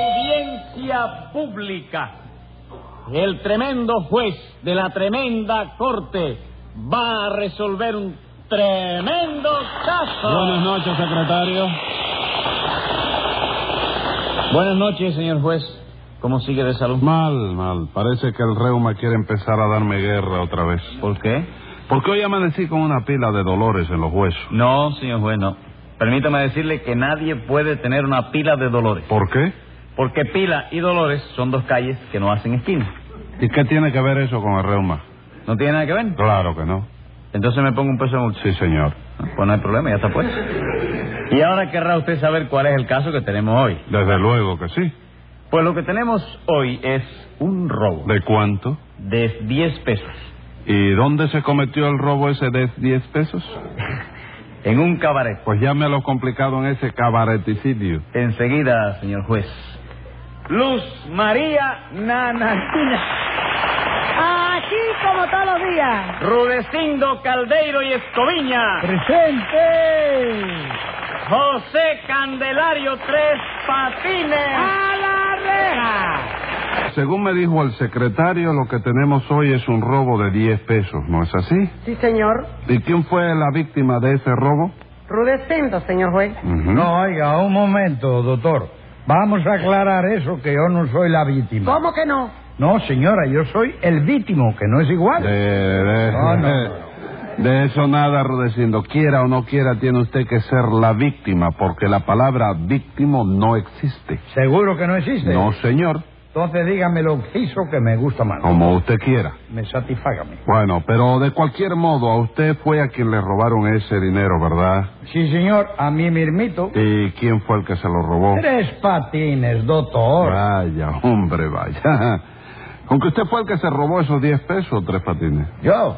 Audiencia pública. El tremendo juez de la tremenda corte va a resolver un tremendo caso. Buenas noches, secretario. Buenas noches, señor juez. ¿Cómo sigue de salud? Mal, mal. Parece que el reuma quiere empezar a darme guerra otra vez. ¿Por qué? Porque hoy amanecí con una pila de dolores en los huesos. No, señor juez, no. Permítame decirle que nadie puede tener una pila de dolores. ¿Por qué? Porque pila y dolores son dos calles que no hacen esquina. ¿Y qué tiene que ver eso con el reuma? ¿No tiene nada que ver? Claro que no. Entonces me pongo un peso de multa. Sí, señor. Pues no hay problema, ya está puesto. Y ahora querrá usted saber cuál es el caso que tenemos hoy. Desde luego que sí. Pues lo que tenemos hoy es un robo ¿De cuánto? de 10 pesos ¿Y dónde se cometió el robo ese de 10 pesos? en un cabaret. Pues llámelo complicado en ese cabareticidio. Enseguida, señor juez. Luz María Nananina. Aquí como todos los días. Rudecindo Caldeiro y Escoviña. Presente. José Candelario Tres Patines. A la reja. Según me dijo el secretario, lo que tenemos hoy es un robo de 10 pesos, ¿no es así? Sí, señor. ¿Y quién fue la víctima de ese robo? Rudecindo, señor juez. Ujú. No, oiga, un momento, doctor. Vamos a aclarar eso, que yo no soy la víctima. ¿Cómo que no? No, señora, yo soy el víctimo, que no es igual. De, de- No, no. de eso nada, Rudecindo. Quiera o no quiera, tiene usted que ser la víctima, porque la palabra víctimo no existe. Seguro que no existe. No, señor. Entonces dígame lo que hizo que me gusta más. Como usted quiera. Me satisfágame. Bueno, pero de cualquier modo, a usted fue a quien le robaron ese dinero, ¿verdad? Sí, señor, a mí mismito. ¿Y quién fue el que se lo robó? Tres patines, doctor. Ah. Vaya, hombre, vaya. Aunque usted fue el que se robó esos 10 pesos, Tres Patines. Yo,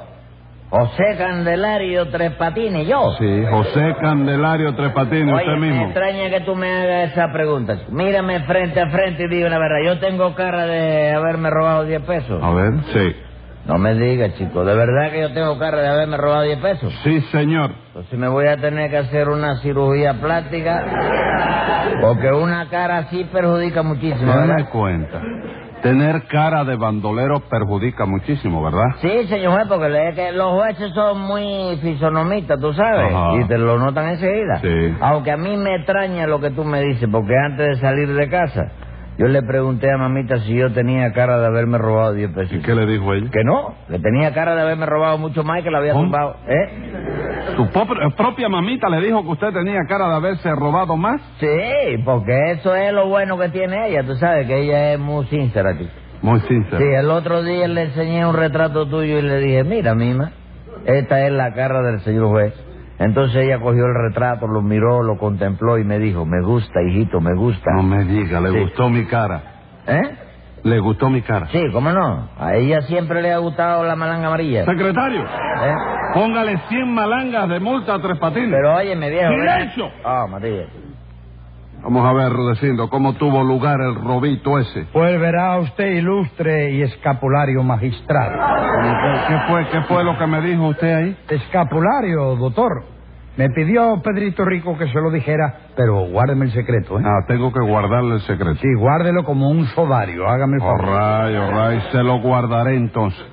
José Candelario Tres Patines, yo. Sí, José Candelario Tres Patines, Oye, usted me mismo. extraña que tú me hagas esa pregunta. Mírame frente a frente y digo la verdad. Yo tengo cara de haberme robado 10 pesos. A ver, sí. No me digas, chico. ¿De verdad que yo tengo cara de haberme robado 10 pesos? Sí, señor. Entonces me voy a tener que hacer una cirugía plástica. Porque una cara así perjudica muchísimo, Dame ¿verdad? cuenta. Tener cara de bandolero perjudica muchísimo, ¿verdad? Sí, señor juez, porque le- que los jueces son muy fisonomistas, tú sabes, Ajá. y te lo notan enseguida. Sí. Aunque a mí me extraña lo que tú me dices, porque antes de salir de casa, yo le pregunté a mamita si yo tenía cara de haberme robado 10 pesos. ¿Y qué le dijo ella? Que no, que tenía cara de haberme robado mucho más y que la había ¿Cómo? tumbado. ¿Eh? ¿Su pop- propia mamita le dijo que usted tenía cara de haberse robado más? Sí, porque eso es lo bueno que tiene ella, tú sabes, que ella es muy sincera, chico. Muy sincero. Sí, el otro día le enseñé un retrato tuyo y le dije, mira, mima, esta es la cara del señor juez. Entonces ella cogió el retrato, lo miró, lo contempló y me dijo, me gusta, hijito, me gusta. No me diga, le Sí. gustó mi cara. ¿Eh? Le gustó mi cara. Sí, ¿cómo no? A ella siempre le ha gustado la malanga amarilla. Secretario, ¿Eh? póngale 100 malangas de multa a Tres Patines. Pero óyeme, viejo... ven- ¡Silencio! Ah, Matías. Vamos a ver, Rudecindo, cómo tuvo lugar el robito ese. Pues verá usted ilustre y escapulario magistrado. ¿Qué fue, qué fue lo que me dijo usted ahí? Escapulario, doctor. Me pidió Pedrito Rico que se lo dijera, pero guárdeme el secreto, ¿eh? Ah, tengo que guardarle el secreto. Sí, guárdelo como un sobario, hágame el favor. Orray, orray, se lo guardaré entonces.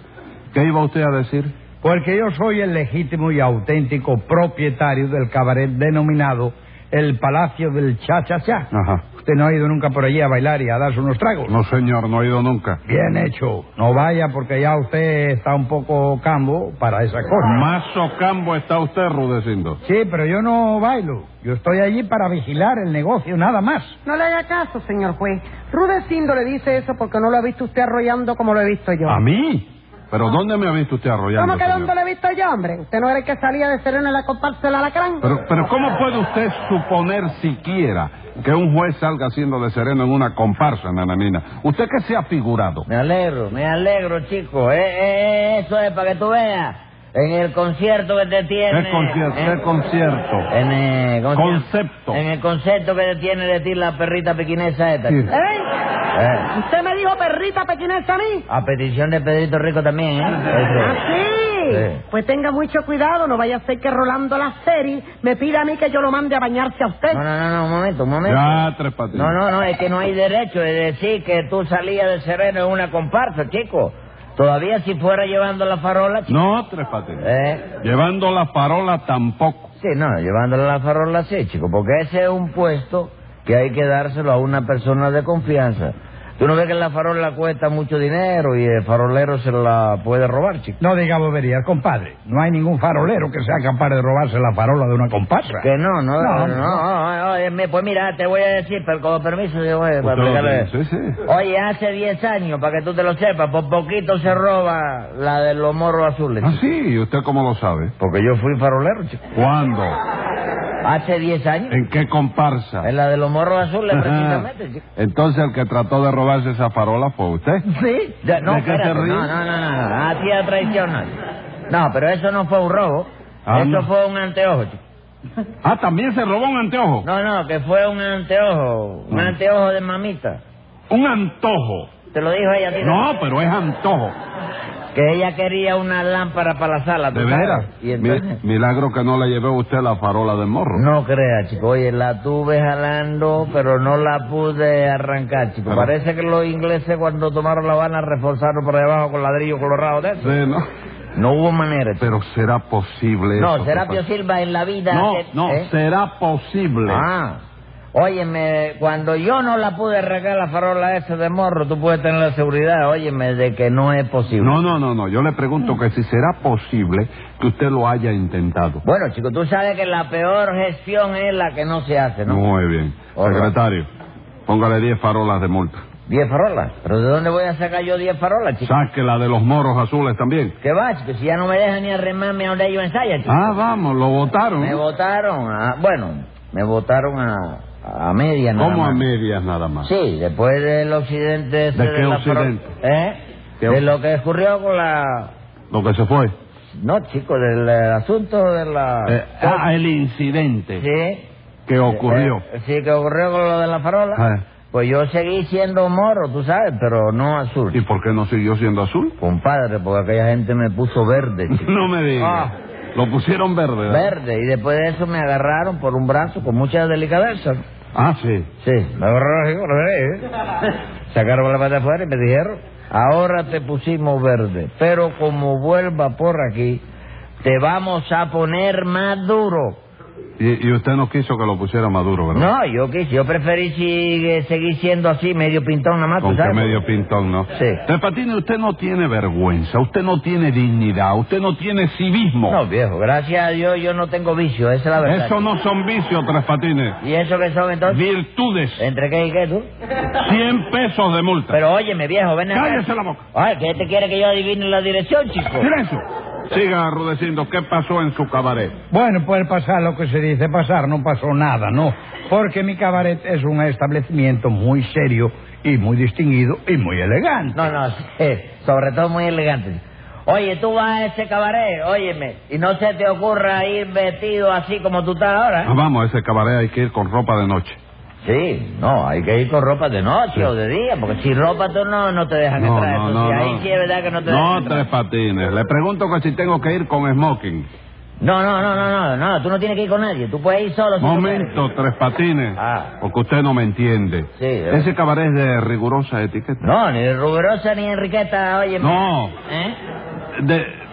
¿Qué iba usted a decir? Porque yo soy el legítimo y auténtico propietario del cabaret denominado el Palacio del Cha-Cha-Cha. Ajá. Usted no ha ido nunca por allí a bailar y a darse unos tragos. No, señor, no he ido nunca. Bien hecho. No vaya porque ya usted está un poco cambo para esa cosa. Más socambo está usted, Rudecindo. Sí, pero yo no bailo. Yo estoy allí para vigilar el negocio, nada más. No le haga caso, señor juez. Rudecindo le dice eso porque no lo ha visto usted arrollando como lo he visto yo. ¿A mí? ¿Pero dónde me ha visto usted arrollando, ¿Cómo que Ah, señor? dónde lo he visto yo, hombre? ¿Usted no era el que salía de Serena en la comparsa del alacrán? Pero, pero ¿cómo puede usted suponer siquiera que un juez salga siendo de sereno en una comparsa, nananina? ¿Usted qué se ha figurado? Me alegro, me alegro, chico. Eh, eh, eh, eso es para que tú veas. En el concierto que te tiene... ¿Qué concierto? ¿eh? ¿Qué concierto? En el Concepto. En el concepto que tiene de ti la perrita pequinesa esta. Sí. ¿Eh? Eh, ¿Usted me dijo perrita pequinesa a mí? a petición de Pedrito Rico también, ¿eh? Ese. ¿Ah, sí? Sí. Pues tenga mucho cuidado, no vaya a ser que Rolando la serie me pida a mí que yo lo mande a bañarse a usted. No, no, no, no, un momento, un momento. Ya, Tres Patines. No, no, no, es que no hay derecho de decir que tú salías de sereno en una comparsa, chico. Todavía si fuera llevando la farola, chico. No, Tres Patines. Eh, Llevando la farola tampoco. sí, no, llevándola la farola sí, chico, porque ese es un puesto que hay que dárselo a una persona de confianza. Tú no ves que la farola cuesta mucho dinero y el farolero se la puede robar, chico. No diga boberías, compadre. No hay ningún farolero que sea capaz de robarse la farola de una comparsa. Que no, no, no, No, no, no, oye, mi- pues mira, te voy a decir, pero con permiso, yo voy a- para Oh, Usted lo explicarle. tiene, sí, sí. Oye, hace 10 años, para que tú te lo sepas, por poquito se roba la de los morros azules. Ah, sí, ¿y usted cómo lo sabe? Porque yo fui farolero, chico. ¿Cuándo? Hace 10 años. ¿En qué comparsa? En la de los morros azules, precisamente, chico. Entonces el que trató de robarse esa farola fue usted. Sí. Ya, no, ¿De qué te espérate, ríes? no, no, no, no, no, a ti a traición no. No, pero eso no fue un robo. Ah, eso no. fue un anteojo, chico. Ah, también se robó un anteojo. No, no, que fue un anteojo. Un Ah. anteojo de mamita. Un antojo. Te lo dijo ella, a ti, No, pero es antojo. Que ella quería una lámpara para la sala. ¿tú ¿De sabes? veras? Y entonces- Mi- milagro que no le llevé usted la farola del morro. No creas, chico. Oye, la tuve jalando, pero no la pude arrancar, chico. Ajá. Parece que los ingleses cuando tomaron La Habana reforzaron por ahí abajo con ladrillo colorado de eso. Sí, ¿no? No hubo manera, chico. Pero será posible No, eso, Serapio Pepa? Silva en la vida... No, eh, no, ¿eh? será posible. Ah. Óyeme, cuando yo no la pude arrancar la farola esa de morro, tú puedes tener la seguridad, óyeme, de que no es posible. No, no, no, no. Yo le pregunto que si será posible que usted lo haya intentado. Bueno, chico, tú sabes que la peor gestión es la que no se hace, ¿no? Muy bien. All right. Secretario, póngale 10 farolas de multa. ¿Diez farolas? ¿Pero de dónde voy a sacar yo diez farolas, chico? Saque la de los moros azules también. ¿Qué va, chico? Si ya no me dejan ni arremarme a donde yo ensaya, chico. Ah, vamos, lo votaron. Me votaron a... Bueno, me votaron a, a media nada ¿Cómo a más. medias nada más? Sí, después del occidente... ese ¿De qué la faro- occidente? ¿Eh? ¿Qué De o- lo que ocurrió con la... Lo que se fue. No, chico, del eh, asunto de la... Eh, ah, el incidente Sí. que ocurrió. Eh, sí, que ocurrió con lo de la farola. Ah. Pues yo seguí siendo morro, tú sabes, pero no azul. ¿Y por qué no siguió siendo azul? Compadre, porque aquella gente me puso verde, chico. No me diga. Ah. Lo pusieron verde. ¿eh? ¿verdad? Verde, y después de eso me agarraron por un brazo con mucha delicadeza. Ah, sí. Sí, me agarraron así con la derecha, ¿eh? Sacaron la pata afuera y me dijeron, ahora te pusimos verde, pero como vuelva por aquí, te vamos a poner más duro. Y, y usted no quiso que lo pusiera Maduro, ¿verdad? No, yo quise, yo preferí si- seguir siendo así, medio pintón nada más, tú Con que sabes. medio pintón, ¿no? Sí. Tres Patines, usted no tiene vergüenza, usted no tiene dignidad, usted no tiene civismo. No, viejo, gracias a Dios yo no tengo vicio, esa es la verdad. Eso no son vicios, Tres Patines. ¿Y eso qué son entonces? Virtudes. ¿Entre qué y qué tú? 100 pesos de multa. Eh. Pero óyeme, viejo, ven acá. Cállese la boca. Ay, ¿qué te quiere que yo adivine la dirección, chico? Silencio. Siga arrudeciendo. ¿Qué pasó en su cabaret? Bueno, puede pasar lo que se dice pasar, no pasó nada, no. Porque mi cabaret es un establecimiento muy serio y muy distinguido y muy elegante. No, no, sí, eh, sobre todo muy elegante. Oye, tú vas a ese cabaret, óyeme, y no se te ocurra ir vestido así como tú estás Ah, ahora. ¿eh? vamos, a ese cabaret hay que ir con ropa de noche. Sí, no, hay que ir con ropa de noche o de día, porque si ropa tú no, no te dejan No, entrar. no, Eso no, pues sí, no. ahí sí es verdad que no te dejan No, entrar. Tres Patines. Le pregunto que si tengo que ir con smoking. No, no, no, no, no, no, tú no tienes que ir con nadie, tú puedes ir solo. si tú Momento, Tres Patines. Ah. Porque usted no me entiende. Sí, eh. Ese cabaret es de rigurosa quieres. etiqueta. No, ni Ruberosa ni Enriqueta, óyeme. No. ¿Eh? De...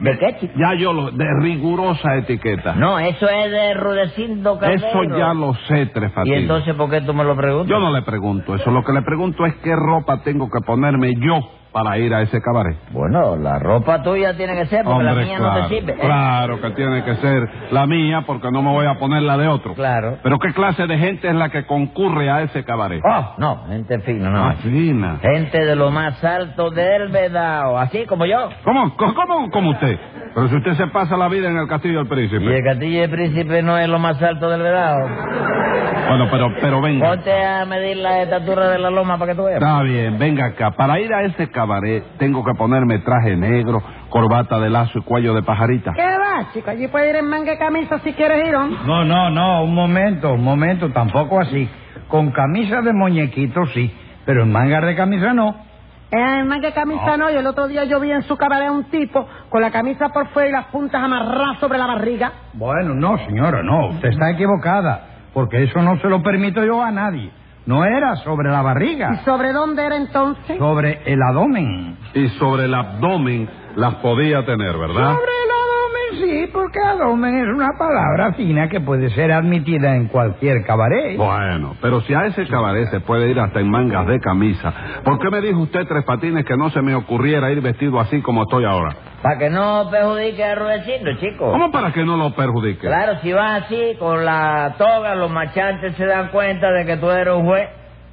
¿De qué, chico? Ya yo lo... De rigurosa etiqueta. No, eso es de Rudecindo Caldeiro. Eso ya lo sé, Tres ¿Y Patines. entonces por qué tú me lo preguntas? Yo no le pregunto eso. Lo que le pregunto es qué ropa tengo que ponerme yo para ir a ese cabaret. Bueno, la ropa tuya tiene que ser, porque la Hombre, mía claro, no te sirve. ¿eh? claro que tiene que ser la mía porque no me voy a poner la de otro. Claro. Pero ¿qué clase de gente es la que concurre a ese cabaret? Oh, no, gente fina, no. Eh. Ah, fina. Gente de lo más alto del vedado, así como yo. ¿Cómo, ¿Cómo, cómo, cómo usted? Pero si usted se pasa la vida en el Castillo del Y Príncipe. el castillo de príncipe no es lo más alto del vedado. Bueno, pero, pero venga. Ponte a medir la estatura de la loma para que tú veas. Está bien, venga acá. Para ir a ese cabaret tengo que ponerme traje negro, corbata de lazo y cuello de pajarita. ¿Qué va, chico? Allí puede ir en manga y camisa si quieres ir, ¿no? No, no, no, un momento, un momento, tampoco así. Con camisa de muñequito sí, pero en mangas de camisa no. Eh, más que camisa no. y el otro día yo vi en su cabaret a un tipo con la camisa por fuera y las puntas amarradas sobre la barriga. Bueno, no, señora, no. Usted está equivocada, porque eso no se lo permito yo a nadie. No era sobre la ¿Y barriga, sobre dónde era entonces? Ah. sobre el abdomen. Y sobre el abdomen las podía tener, ¿verdad? Sobre el abdomen, sí, porque abdomen es una palabra fina que puede ser admitida en cualquier cabaret. Oh. Bueno, pero si a ese cabaret se puede ir hasta en mangas de camisa, ¿por qué me dijo usted, Tres Patines, que no se me ocurriera ir vestido así como estoy ahora? Para que no perjudique a Rudecindo, chico. ¿Cómo para que no lo perjudique? Claro, si vas así, con la toga, los machantes se dan cuenta de que tú eres un juez.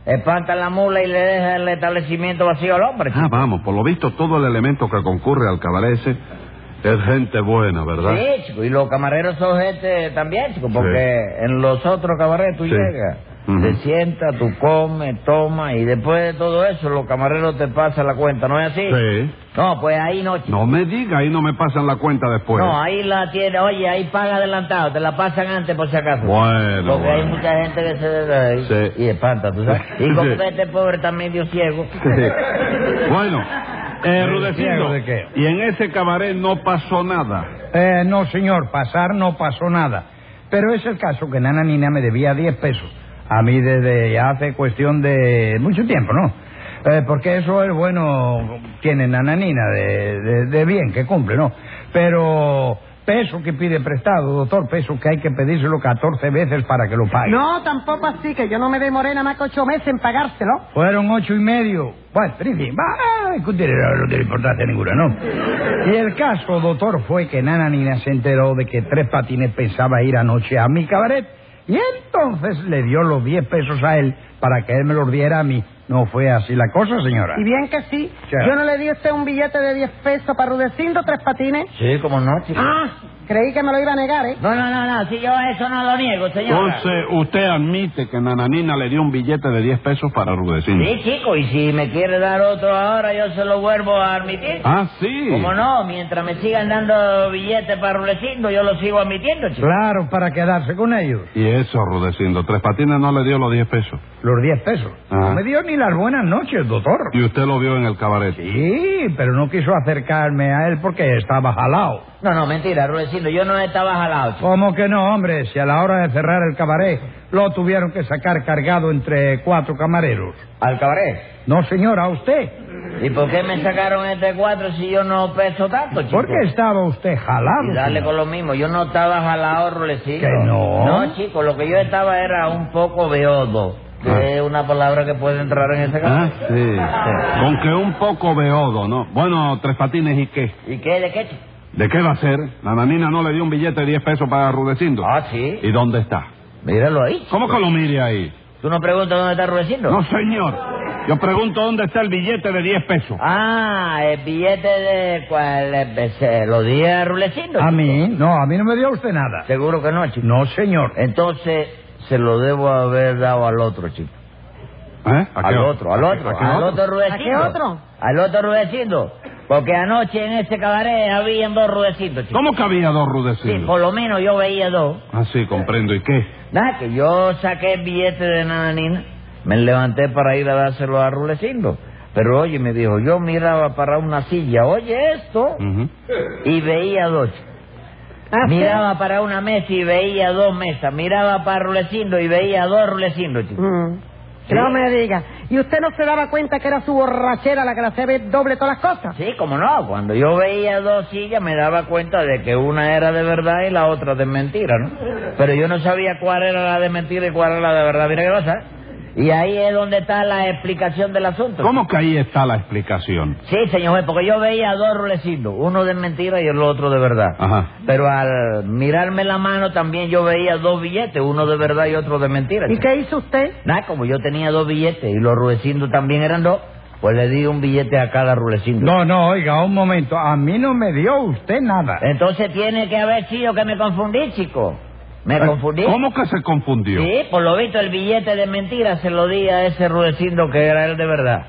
Espantan la mula y le dejan el establecimiento vacío al hombre. chico. Ah, vamos, por lo visto todo el elemento que concurre al cabaret ese es gente buena, ¿verdad? Sí, chico, y los camareros son gente también, chico, porque en los otros cabarets tú Sí. llegas, Ujú. te sientas, tú comes, tomas, y después de todo eso los camareros te pasan la cuenta, ¿no es así? Sí. No, pues ahí no, chico. No pues. me diga, ahí no me pasan la cuenta después. No, ahí la tiene, oye, ahí paga adelantado, te la pasan antes por si acaso. Bueno, Porque hay bueno. mucha gente que se da ahí Sí. y espanta, tú sabes. Y como Sí. que este pobre está medio ciego. Sí. Bueno, eh, ¿De Rudecindo, de qué? y en ese cabaret no pasó nada. Eh, no, señor, pasar no pasó nada. Pero es el caso que Nana Nina me debía 10 pesos. A mí desde hace cuestión de mucho tiempo, ¿no? Eh, porque eso es bueno, tiene Nana Nina de, de- de bien, que cumple, ¿no? Pero peso que pide prestado, doctor, peso que hay que pedírselo 14 veces para que lo pague. No, tampoco así, que yo no me demoré nada más que ocho meses en pagárselo. Fueron ocho y medio. Bueno, pero en fin, va a discutir no tiene importancia ninguna, ¿no? Y el caso, doctor, fue que Nana Nina se enteró de que Tres Patines pensaba ir anoche a mi cabaret y entonces le dio los diez pesos a él para que él me los diera a mí. No fue así la cosa, señora. Y bien que sí. Ah. Ya. Yo no le di a usted un billete de diez pesos para Rudecindo, tres patines. Sí, como no, chico. Ah, creí que me lo iba a negar, ¿eh? No, no, no, no, si yo eso no lo niego, señor. Entonces, usted admite que Nananina le dio un billete de 10 pesos para Rudecindo. Sí, chico, y si me quiere dar otro ahora, yo se lo vuelvo a admitir. Ah, sí. Como no, mientras me sigan dando billetes para Rulecindo, yo lo sigo admitiendo, chico. Claro, para quedarse con ellos. Y eso, Rudecindo, Tres Patines no le dio los 10 pesos. Los diez pesos. Ah. No me dio ni las buenas noches, doctor. Y usted lo vio en el cabaret. Sí, pero no quiso acercarme a él porque estaba jalado. No, no, mentira, Rulecindo, yo no estaba jalado, chico. ¿Cómo que no, hombre? Si a la hora de cerrar el cabaret lo tuvieron que sacar cargado entre cuatro camareros. ¿Al cabaret? No, señora, a usted. ¿Y por qué me sacaron este cuatro si yo no peso tanto, chico? ¿Por qué estaba usted jalado? Y darle con lo mismo. Yo no estaba jalado, Rulecito. ¿Que no? No, chico, lo que yo estaba era un poco beodo. Que Ah. es una palabra que puede entrar en ese Ah, caso. sí. Con que un poco beodo, ¿no? Bueno, Tres Patines, ¿y qué? ¿Y qué? ¿De qué? chico? ¿De qué va a ser? Nananina no le dio un billete de 10 pesos para Rudecindo. Ah, sí. ¿Y dónde está? Míralo ahí. ¿Cómo que lo mire ahí? ¿Tú no preguntas dónde está Rulecito? No, señor. Yo pregunto dónde está el billete de 10 pesos. Ah, el billete de cuál eh, se lo di a Rulecito. Ah, A mí, no, a mí no me dio usted nada. Seguro que no, chico. No, señor. Entonces, se lo debo haber dado al otro, chico. ¿Eh? ¿A qué Al otro, al ¿A qué- otro, a qué al otro rudecindo. ¿A qué otro? Al otro rudecindo. Porque anoche en ese cabaret habían dos rudecitos, chicos. ¿Cómo que había dos Sí, Rudecindos? por lo menos yo veía dos. Ah, sí, comprendo. ¿Y qué? Nada, que yo saqué el billete de Nananina, me levanté para ir a dárselo a Rudecindo. Pero oye, me dijo, yo miraba para una silla, oye esto, Ujú. y veía dos. Ah, sí. Miraba para una mesa y veía dos mesas. Miraba para Rulecindo y veía dos Rulecindo, chicos. Mm. Sí. No me diga. ¿Y usted no se daba cuenta que era su borrachera la que la hacía ver doble todas las cosas? Sí, como no. Cuando yo veía dos sillas me daba cuenta de que una era de verdad y la otra de mentira, ¿no? Pero yo no sabía cuál era la de mentira y cuál era la de verdad. Mira qué cosa. Y ahí es donde está la explicación del asunto. ¿Cómo que ahí está la explicación? Sí, señor juez, porque yo veía dos rulecitos, uno de mentira y el otro de verdad. Ah. Ajá. Pero al mirarme la mano también yo veía dos billetes, uno de verdad y otro de mentira. ¿Y chico. qué hizo usted? Nada, como yo tenía dos billetes y los rulecindos también eran dos, pues le di un billete a cada rulecindo. No, no, oiga, un momento. A mí no me dio usted nada. Entonces tiene que haber sido que me confundí, chico. Me confundí. Eh, ¿Cómo que se confundió? Sí, por lo visto el billete de mentira se lo di a ese rudecindo que era el de verdad.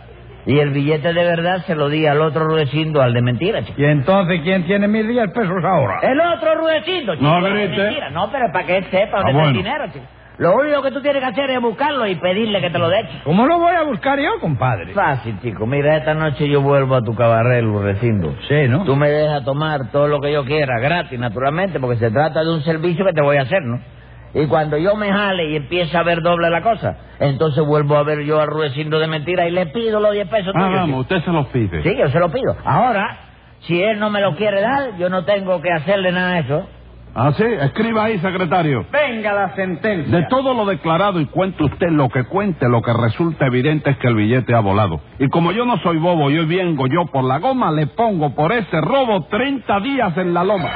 Y el billete de verdad se lo di al otro rudecindo, al de mentira, chico. ¿Y entonces quién tiene mis 10 pesos ahora? Eh. El otro rudecindo, chico. No el de grite. mentira. No, pero para que él sepa Ah, dónde está bueno. el dinero, chico. Lo único que tú tienes que hacer es buscarlo y pedirle que te lo dé. ¿Cómo lo voy a buscar yo, compadre? Fácil, chico. Mira, esta noche yo vuelvo a tu cabaret, Recindo. Sí, ¿no? Tú me dejas tomar todo lo que yo quiera, gratis, naturalmente, porque se trata de un servicio que te voy a hacer, ¿no? Y cuando yo me jale y empieza a ver doble la cosa, entonces vuelvo a ver yo a Rudecindo de mentira y le pido los 10 pesos Ah, tuyos, vamos, usted se los pide. chico. Sí, yo se lo pido. Ahora, si él no me lo quiere dar, yo no tengo que hacerle nada a eso. Ah, sí, escriba ahí, secretario. Venga la sentencia. De todo lo declarado y cuente usted lo que cuente, lo que resulta evidente es que el billete ha volado. Y como yo no soy bobo, yo vengo yo por la goma, le pongo por ese robo 30 días en la loma.